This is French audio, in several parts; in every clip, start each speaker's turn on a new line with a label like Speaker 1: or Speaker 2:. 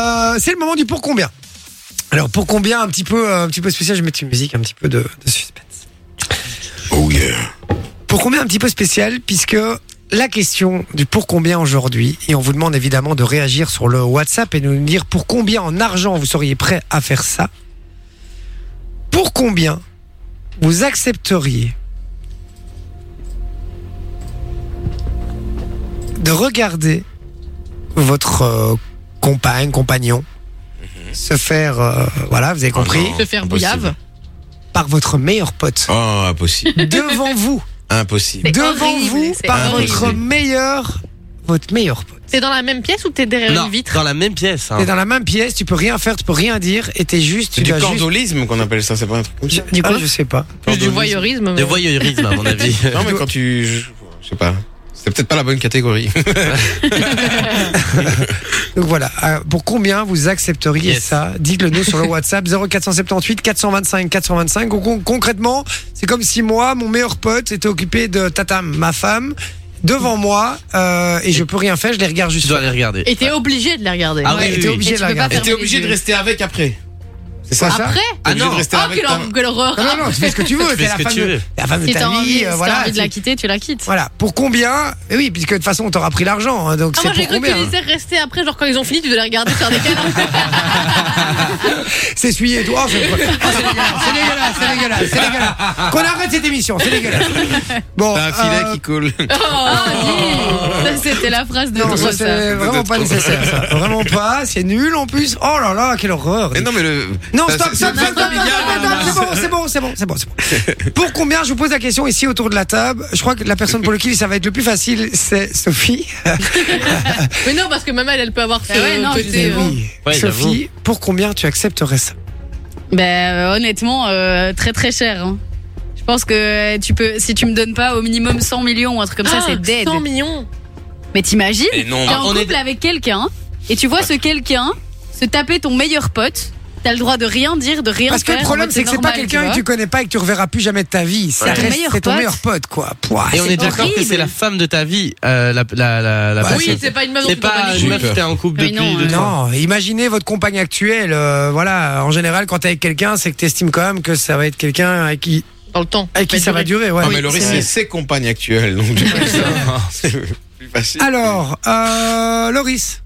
Speaker 1: Euh, c'est le moment du pour combien. Alors pour combien un petit peu, euh, un petit peu spécial, je vais mettre une musique un petit peu de, de suspense.
Speaker 2: Oh yeah.
Speaker 1: Pour combien un petit peu spécial, puisque la question du pour combien aujourd'hui, et on vous demande évidemment de réagir sur le WhatsApp et de nous dire pour combien en argent vous seriez prêt à faire ça. Pour combien vous accepteriez de regarder votre euh, compagne, compagnon se faire, euh, voilà, vous avez compris,
Speaker 2: non.
Speaker 3: Se faire bouillave.
Speaker 1: par votre meilleur pote
Speaker 2: Oh, impossible.
Speaker 1: devant vous,
Speaker 2: impossible.
Speaker 3: C'est
Speaker 1: devant
Speaker 3: horrible,
Speaker 1: vous,
Speaker 3: c'est
Speaker 1: par
Speaker 2: horrible.
Speaker 1: votre meilleur, votre meilleur pote.
Speaker 3: T'es dans la même pièce ou t'es derrière
Speaker 4: Non,
Speaker 3: une vitre
Speaker 4: dans la même pièce.
Speaker 3: Ah.
Speaker 4: hein.
Speaker 1: T'es dans la même pièce, tu peux rien faire, tu peux rien dire, et t'es juste, tu
Speaker 2: C'est du
Speaker 1: dois juste.
Speaker 2: cordolisme qu'on appelle ça, c'est pas un truc comme ça.
Speaker 3: Du
Speaker 1: Ah,
Speaker 3: coup,
Speaker 1: je sais pas.
Speaker 3: plus du
Speaker 2: cordolisme.
Speaker 3: voyeurisme. mais-
Speaker 4: Le voyeurisme, à mon avis.
Speaker 2: Non, mais quand tu. Je je sais pas. C'est peut-être pas la bonne catégorie.
Speaker 1: Donc voilà. euh, pour combien vous accepteriez
Speaker 4: Yes.
Speaker 1: ça Dites-le nous sur le WhatsApp 0478 425 425. Con- con- concrètement, c'est comme si moi, mon meilleur pote, était occupé de Tatam, ma femme, devant moi, euh, et je peux rien faire, je les regarde juste.
Speaker 4: tu dois les regarder.
Speaker 3: Et t'es obligé de les regarder.
Speaker 4: Ah oui,
Speaker 3: Ouais.
Speaker 4: oui,
Speaker 1: Et t'es
Speaker 4: oui.
Speaker 1: obligé
Speaker 3: Et
Speaker 1: de
Speaker 3: tu
Speaker 1: la
Speaker 3: peux pas
Speaker 1: regarder.
Speaker 3: faire- Fermez les yeux.
Speaker 2: rester avec après. C'est ça, ça
Speaker 3: Après
Speaker 2: T'es obligé
Speaker 4: Ah non.
Speaker 2: de rester
Speaker 3: Oh,
Speaker 2: avec
Speaker 3: quel
Speaker 2: ta-
Speaker 3: or- quel horreur Ah,
Speaker 1: Non, non, non, tu fais ce que tu veux.
Speaker 4: Tu
Speaker 1: t'es
Speaker 4: fais
Speaker 1: la
Speaker 4: ce que
Speaker 1: femme
Speaker 4: tu
Speaker 1: de-
Speaker 4: veux.
Speaker 1: La femme de
Speaker 3: Si t'as
Speaker 1: ta vie,
Speaker 3: envie,
Speaker 1: euh,
Speaker 3: si t'as
Speaker 1: voilà.
Speaker 3: envie de la quitter, tu la quittes.
Speaker 1: Voilà, pour combien Et oui, puisque de toute façon, on t'aura pris l'argent, hein, donc
Speaker 3: Ah,
Speaker 1: c'est
Speaker 3: moi j'ai
Speaker 1: pour
Speaker 3: cru que tu
Speaker 1: combien hein.
Speaker 3: laissais rester après, genre quand ils ont fini, tu devais les regarder faire des câlins.
Speaker 1: S'essuyer et tout. Oh, c'est oh, c'est dégueulasse, c'est dégueulasse, c'est dégueulasse, c'est dégueulasse. Qu'on arrête cette émission, c'est dégueulasse. Bon,
Speaker 2: T'as un filet
Speaker 1: euh,
Speaker 2: qui coule.
Speaker 3: Oh, dis Ça, c'était la phrase de
Speaker 1: Non,
Speaker 3: trop,
Speaker 1: ça
Speaker 3: ça.
Speaker 1: c'est vraiment pas nécessaire, ça. Vraiment pas, c'est nul en plus. Oh là là, quelle horreur.
Speaker 2: Mais non, mais le.
Speaker 1: Non,
Speaker 2: Ça,
Speaker 1: stop,
Speaker 2: c'est-
Speaker 1: stop,
Speaker 2: c'est
Speaker 1: stop, stop,
Speaker 2: pas
Speaker 1: stop,
Speaker 2: légal,
Speaker 1: stop,
Speaker 2: là.
Speaker 1: stop, c'est bon, c'est bon, c'est bon, c'est bon, c'est bon. Pour combien, je vous pose la question ici autour de la table. Je crois que la personne pour laquelle ça va être le plus facile, c'est Sophie.
Speaker 3: Mais non, parce que maman, elle, elle peut avoir ce
Speaker 5: Ah ouais, non,
Speaker 3: côté.
Speaker 5: c'est
Speaker 1: Eh
Speaker 5: je
Speaker 3: euh,
Speaker 5: sais.
Speaker 1: oui.
Speaker 4: Ouais,
Speaker 1: Sophie, pour combien tu accepterais ça
Speaker 5: Ben euh, honnêtement, euh, très très cher. hein. Je pense que euh, tu peux, si tu me donnes pas au minimum 100 millions ou un truc comme ça,
Speaker 3: Ah,
Speaker 5: c'est dead.
Speaker 3: 100 millions.
Speaker 5: Mais t'imagines
Speaker 2: Et non,
Speaker 5: T'es en
Speaker 4: on est-
Speaker 5: couple avec quelqu'un et tu vois ce quelqu'un se taper ton meilleur pote. T'as le droit de rien dire, de rien
Speaker 1: Parce que
Speaker 5: faire.
Speaker 1: le problème, c'est que c'est pas quelqu'un que tu connais pas et que tu reverras plus jamais de ta vie. Ça
Speaker 5: Ouais.
Speaker 1: reste-
Speaker 5: Ton meilleur
Speaker 1: C'est ton
Speaker 5: pote.
Speaker 1: meilleur pote, quoi. Pouah,
Speaker 4: Et on
Speaker 1: c'est
Speaker 4: est d'accord que
Speaker 5: horrible.
Speaker 4: c'est la femme de ta vie, euh, la, la, la, la
Speaker 1: Bah,
Speaker 2: Ah,
Speaker 4: personne.
Speaker 3: Oui, c'est pas une meuf dont
Speaker 4: C'est
Speaker 3: tu t'en
Speaker 4: pas
Speaker 3: vas
Speaker 2: J'ai
Speaker 4: une
Speaker 2: eu
Speaker 4: meuf
Speaker 2: peur.
Speaker 4: qui est en couple
Speaker 5: Mais
Speaker 4: depuis
Speaker 5: non,
Speaker 4: deux,
Speaker 5: hein.
Speaker 4: trois ans.
Speaker 1: Non, imaginez votre compagne actuelle. euh, voilà, en général, quand t'es avec quelqu'un, c'est que t'estimes quand même que ça va être quelqu'un avec qui,
Speaker 3: Dans le temps. Bah,
Speaker 1: avec qui ça va durer. ouais.
Speaker 2: Non, mais Laurie,
Speaker 1: c'est
Speaker 2: c'est
Speaker 1: vrai.
Speaker 2: ses compagnes actuelles. Donc, du coup, c'est plus facile.
Speaker 1: Alors, euh, Loris,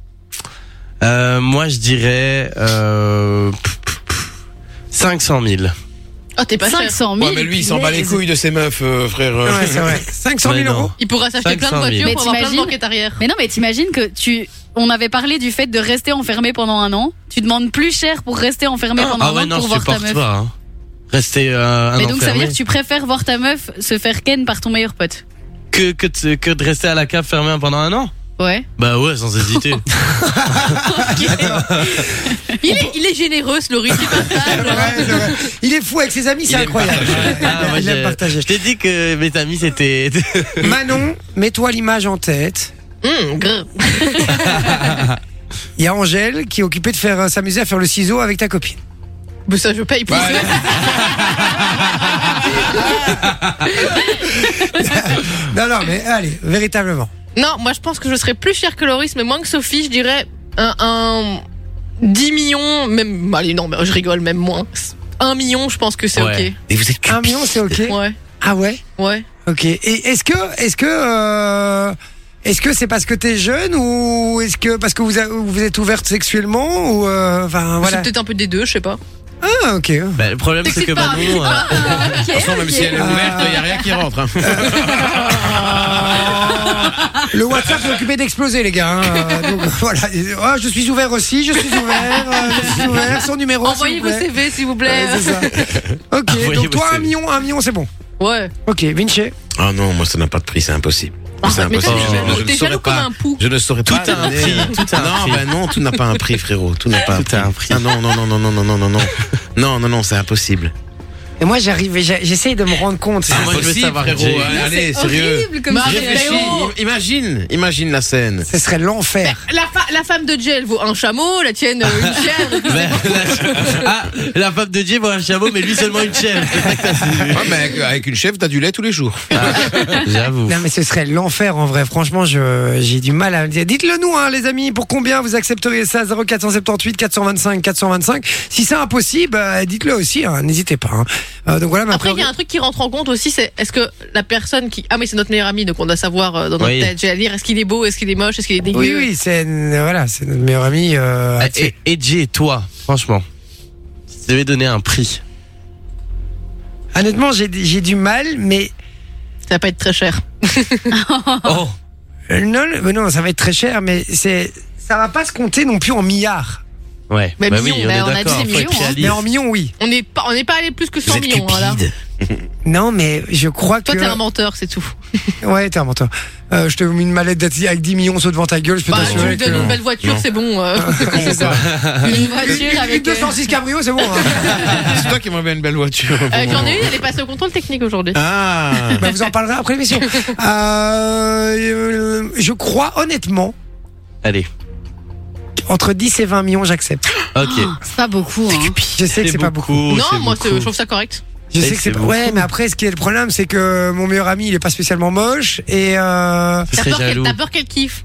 Speaker 4: Euh, moi, je dirais euh, pff, pff, pff, 500 000.
Speaker 3: Oh, t'es pas cher.
Speaker 5: 500 000.
Speaker 2: Ouais, mais lui, il s'en bat les couilles de ses meufs, euh, frère. euh.
Speaker 1: ouais, c'est vrai. 500
Speaker 4: Mais
Speaker 1: 000
Speaker 4: non.
Speaker 1: euros.
Speaker 3: Il pourra s'acheter plein de
Speaker 4: 500 000.
Speaker 3: voitures
Speaker 5: Mais
Speaker 3: pour avoir plein de
Speaker 5: t'imagines
Speaker 3: banquettes arrière.
Speaker 5: Mais non, mais t'imagines que tu. On avait parlé du fait de rester enfermé pendant un an. Tu demandes plus cher pour rester enfermé pendant
Speaker 4: Ah
Speaker 5: un
Speaker 4: ouais,
Speaker 5: an
Speaker 4: non,
Speaker 5: pour
Speaker 4: je
Speaker 5: voir ta meuf.
Speaker 4: supporte pas. hein. Rester euh, un
Speaker 5: Mais donc ça veut
Speaker 4: enfermé.
Speaker 5: dire que tu préfères voir ta meuf se faire ken par ton meilleur pote.
Speaker 4: que, que, de- que de rester à la cave fermée pendant un an
Speaker 5: Ouais.
Speaker 4: Bah ouais, sans hésiter.
Speaker 3: Il est, il est généreux, ce Laurie, c'est pas
Speaker 5: Ah,
Speaker 3: ça, genre.
Speaker 1: Ouais, c'est vrai. Il est fou avec ses amis, c'est incroyable.
Speaker 4: Ah, moi,
Speaker 1: Il aime
Speaker 4: j'ai-
Speaker 1: partager.
Speaker 4: Je t'ai dit que mes amis c'était.
Speaker 1: Manon, mets-toi l'image en tête. Mmh,
Speaker 3: Hum, grrr.
Speaker 1: Il y a Angèle qui est occupée de faire euh, s'amuser à faire le ciseau avec ta copine.
Speaker 3: Mais ça, je paye pour
Speaker 2: Bah,
Speaker 3: ça.
Speaker 1: Non, non, mais allez, véritablement.
Speaker 3: Non, moi je pense que je serais plus cher que Loris, mais moins que Sophie, je dirais un, un 10 millions, même. Allez, non, mais je rigole, même moins. 1 million, je pense que c'est
Speaker 4: Ouais.
Speaker 2: Et vous êtes
Speaker 1: Un million, c'est ok.
Speaker 3: ok. Ouais,
Speaker 1: Ah ouais.
Speaker 3: ouais.
Speaker 1: Ok. Et est-ce que, est-ce que, euh, est-ce que c'est parce que t'es jeune ou est-ce que parce que vous a- vous êtes ouverte sexuellement ou euh, enfin voilà.
Speaker 3: C'est peut-être un peu des deux, je sais pas.
Speaker 1: Ah ok.
Speaker 4: Bah, le problème c'est que
Speaker 3: T'excites pas. Ah,
Speaker 4: Manon. euh,
Speaker 2: Attention, même si elle est
Speaker 1: Ah.
Speaker 2: ouverte, il n'y a rien qui rentre. hein.
Speaker 1: Le WhatsApp est occupé d'exploser les gars. hein. Euh, donc, voilà. Ah, je suis ouvert aussi. Je suis ouvert. euh, je suis ouvert. Son numéro. s'il
Speaker 3: Envoyez
Speaker 1: vous
Speaker 3: vos
Speaker 1: plaît.
Speaker 3: CV, s'il vous plaît.
Speaker 1: Ouais, c'est ça. Ok.
Speaker 4: Envoyez
Speaker 1: donc
Speaker 4: vos
Speaker 1: toi un
Speaker 4: CV.
Speaker 1: million, un million, c'est bon.
Speaker 3: ouais.
Speaker 1: Ok. Vinci.
Speaker 2: Ah non, moi ça n'a pas de prix, c'est impossible.
Speaker 1: Ah,
Speaker 2: C'est
Speaker 3: Ah, mais
Speaker 2: impossible.
Speaker 3: toi,
Speaker 2: je-
Speaker 4: t'es jaloux,
Speaker 2: je ne
Speaker 3: t'es
Speaker 2: saurais
Speaker 3: jaloux
Speaker 2: pas.
Speaker 3: comme un pou.
Speaker 2: Je ne saurais pas.
Speaker 4: Tout a un
Speaker 2: donner-
Speaker 4: prix, tout a un
Speaker 2: non,
Speaker 4: prix.
Speaker 2: ben non, tout n'a pas un prix, frérot. Tout n'a pas un
Speaker 4: Tout
Speaker 2: prix.
Speaker 4: a un prix.
Speaker 2: Ah non, non, non, non, non, non, non, non, non, non, non, non, c'est impossible.
Speaker 1: Et moi, j'arrive, et j'a- j'essaye de me rendre compte.
Speaker 4: Ah, moi, je veux
Speaker 2: Impossible,
Speaker 4: savoir,
Speaker 2: frérot,
Speaker 4: Jay.
Speaker 2: hein, Allez,
Speaker 5: C'est
Speaker 2: sérieux.
Speaker 5: horrible comme
Speaker 3: Marie, Léo.
Speaker 5: sujet.
Speaker 2: Réfléchis, imagine, imagine la scène.
Speaker 1: Ce serait l'enfer.
Speaker 3: La, fa- la femme de Jay, elle vaut un chameau, la tienne, euh, une chèvre.
Speaker 4: Ben, la... Ah, la femme de Dieu voit un chameau, mais lui seulement une chèvre. C'est ça que t'as
Speaker 2: Ouais, Ah, mais avec, avec une chef, t'as du lait tous les jours.
Speaker 4: Ah, J'avoue.
Speaker 1: Non mais ce serait l'enfer en vrai. Franchement, je- j'ai du mal à me dire. Dites-le nous, hein, les amis, pour combien vous accepteriez ça 0478 425 425. Si c'est impossible, euh, dites-le aussi. hein, N'hésitez pas. hein. Euh, donc voilà. mais
Speaker 3: Après,
Speaker 1: après,
Speaker 3: il y a un truc qui rentre en compte aussi, c'est est-ce que la personne qui. Ah, mais c'est notre meilleur ami, donc on doit savoir euh, dans notre
Speaker 4: Oui.
Speaker 3: tête. J'allais dire, est-ce qu'il est beau, est-ce qu'il est moche, est-ce qu'il est dégueu
Speaker 1: oui, oui, c'est euh, voilà, c'est notre meilleur ami. euh,
Speaker 4: Ah,
Speaker 1: Axel.
Speaker 4: Et, et Jay, toi, franchement, si tu devais donner un prix.
Speaker 1: Honnêtement, j'ai j'ai du mal, mais
Speaker 3: Ça va pas être très cher.
Speaker 4: Oh,
Speaker 1: euh, non, le- mais non, ça va être très cher, mais c'est ça va pas se compter non plus en milliards.
Speaker 4: ouais.
Speaker 3: Mais
Speaker 4: bah
Speaker 3: millions,
Speaker 4: oui, on
Speaker 3: bah, on a
Speaker 4: est
Speaker 3: dit
Speaker 4: d'accord.
Speaker 3: des
Speaker 4: faut être
Speaker 3: millions, hein.
Speaker 4: réaliste.
Speaker 1: Mais en millions, oui.
Speaker 3: On n'est pas, on n'est pas allé plus que 100 millions, voilà.
Speaker 1: Non, mais je crois
Speaker 3: Toi,
Speaker 1: que
Speaker 3: t'es un menteur, c'est tout.
Speaker 1: ouais, t'es un menteur. Euh, je te mets une mallette d'Ati avec 10 millions sous devant ta gueule. Je peux
Speaker 3: Bah, tu
Speaker 1: t'assurer
Speaker 3: me donnes
Speaker 1: que-
Speaker 3: une belle voiture,
Speaker 2: Non.
Speaker 3: c'est bon. euh.
Speaker 1: C'est ça.
Speaker 5: Une
Speaker 1: Une-
Speaker 5: voiture
Speaker 1: Une
Speaker 5: avec. euh,
Speaker 1: 206 cabrio, c'est bon. hein.
Speaker 2: C'est toi qui me bien une belle voiture.
Speaker 3: Euh, J'en ai une, elle est passée au contrôle technique aujourd'hui.
Speaker 2: Ah
Speaker 1: Bah, vous en parlerez après l'émission. Euh, euh, je crois honnêtement,
Speaker 4: Allez,
Speaker 1: entre 10 et 20 millions, j'accepte.
Speaker 4: ok.
Speaker 5: C'est pas beaucoup. hein.
Speaker 1: Je sais que c'est pas beaucoup.
Speaker 3: Oh, non, moi, c'est-
Speaker 4: Oh, c'est
Speaker 3: je trouve ça correct.
Speaker 1: Je
Speaker 4: C'est
Speaker 1: sais que c'est
Speaker 4: que
Speaker 1: pas-
Speaker 4: c'est
Speaker 1: Ouais,
Speaker 4: beaucoup.
Speaker 1: mais après, ce qui est le problème, c'est que mon meilleur ami, il est pas spécialement moche. Et euh...
Speaker 4: Tu
Speaker 3: T'as
Speaker 4: serais
Speaker 3: peur qu'elle
Speaker 4: jaloux.
Speaker 3: t'as peur qu'elle kiffe.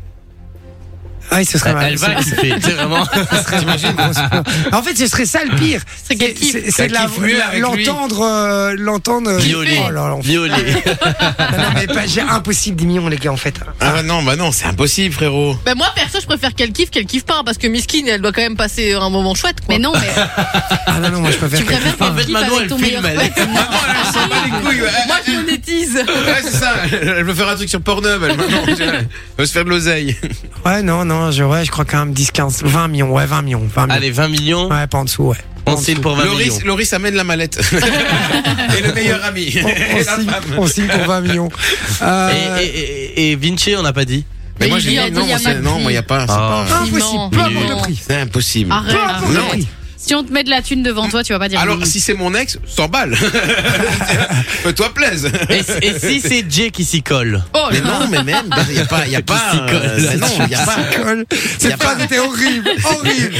Speaker 1: ah, oui, ce serait
Speaker 4: Elle,
Speaker 1: mal.
Speaker 4: elle va kiffer, c'est vraiment.
Speaker 1: En fait, ce serait ça le pire.
Speaker 3: C'est qu'elle kiffe.
Speaker 1: c'est- c'est de la-
Speaker 2: Qu'elle kiffe mieux
Speaker 1: la-
Speaker 2: avec lui.
Speaker 1: l'entendre, euh, l'entendre.
Speaker 4: Violer.
Speaker 1: Oh là là, on-
Speaker 4: Violet.
Speaker 1: non, mais pas- j'ai impossible 10 millions, les gars, en fait.
Speaker 2: Ah bah non, bah non, c'est impossible, frérot.
Speaker 3: Bah, moi, perso, je préfère qu'elle kiffe qu'elle kiffe pas, parce que Miskine, elle doit quand même passer un moment chouette, quoi.
Speaker 4: Oh.
Speaker 5: Mais non, mais
Speaker 1: Ah non, non, moi je préfère.
Speaker 5: tu préfères
Speaker 4: En
Speaker 5: qu'elle
Speaker 4: fait,
Speaker 5: kiffe
Speaker 4: Manon,
Speaker 5: avec
Speaker 4: elle
Speaker 5: ton
Speaker 4: filme,
Speaker 5: meilleur
Speaker 4: elle.
Speaker 5: pote.
Speaker 2: Ah, elle s'en bat les couilles. ouais.
Speaker 3: Moi, je monétise.
Speaker 2: Ouais, c'est ça. Elle veut faire un truc sur Pornhub, elle, maintenant. Elle veut se faire de l'oseille.
Speaker 1: Ouais, non, non, je, ouais, je crois quand même 10, 15, 20 millions, ouais, 20 millions. 20 millions.
Speaker 4: Allez, 20 millions.
Speaker 1: Ouais, pas en dessous, ouais. Pas en
Speaker 4: On signe
Speaker 1: dessous.
Speaker 4: pour 20 millions.
Speaker 2: Loris, Loris amène la mallette. Et le meilleur ami.
Speaker 1: On, on
Speaker 2: Et la
Speaker 1: signe,
Speaker 2: femme.
Speaker 1: on signe pour 20 millions.
Speaker 4: Et,
Speaker 1: Euh,
Speaker 4: et- et- et Vinci, on n'a pas dit.
Speaker 2: Mais moi,
Speaker 3: Mais
Speaker 2: j'ai
Speaker 3: il y a-
Speaker 2: dit non,
Speaker 3: il y a
Speaker 2: moi,
Speaker 3: pas
Speaker 2: c'est-
Speaker 3: de
Speaker 2: non,
Speaker 3: prix.
Speaker 2: moi, y a pas. c'est
Speaker 4: Ah.
Speaker 2: pas-
Speaker 1: impossible,
Speaker 3: Non.
Speaker 1: peu importe
Speaker 4: Non.
Speaker 1: le prix.
Speaker 2: C'est impossible.
Speaker 3: Arrête.
Speaker 1: Peu importe le
Speaker 2: euh, Non.
Speaker 1: prix.
Speaker 5: Si on te met de la thune devant toi, tu vas pas dire.
Speaker 2: Alors,
Speaker 5: oui.
Speaker 2: si c'est mon ex, 100 balles. Fais-toi plaise.
Speaker 4: Et, et si c'est Jay qui s'y colle
Speaker 3: Oh,
Speaker 2: Mais non, mais même, il n'y a pas, il a pas.
Speaker 4: Qui s'y colle.
Speaker 2: euh, non, il a pas.
Speaker 1: Colle.
Speaker 2: Y
Speaker 1: Cette
Speaker 2: a pas-
Speaker 1: phrase était horrible, horrible.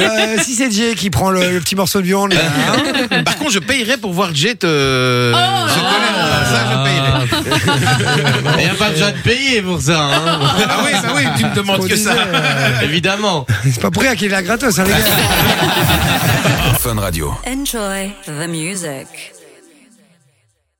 Speaker 1: Euh, si c'est Jay qui prend le, le petit morceau de viande, là, hein.
Speaker 2: Par contre, je payerais pour voir Jet. Euh... je
Speaker 4: Ah.
Speaker 2: connais, ça, je payerais.
Speaker 4: Il n'y a pas besoin de payer pour ça, hein.
Speaker 2: Ah oui, ça oui, tu me
Speaker 1: Qu'on
Speaker 2: demandes que
Speaker 1: disait,
Speaker 2: ça.
Speaker 1: euh,
Speaker 4: évidemment.
Speaker 1: c'est pas pour rien qu'il est là gratos, hein, les gars.
Speaker 6: Enjoy the music.